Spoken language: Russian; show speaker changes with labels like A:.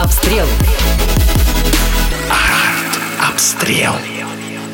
A: обстрел.
B: Арт обстрел.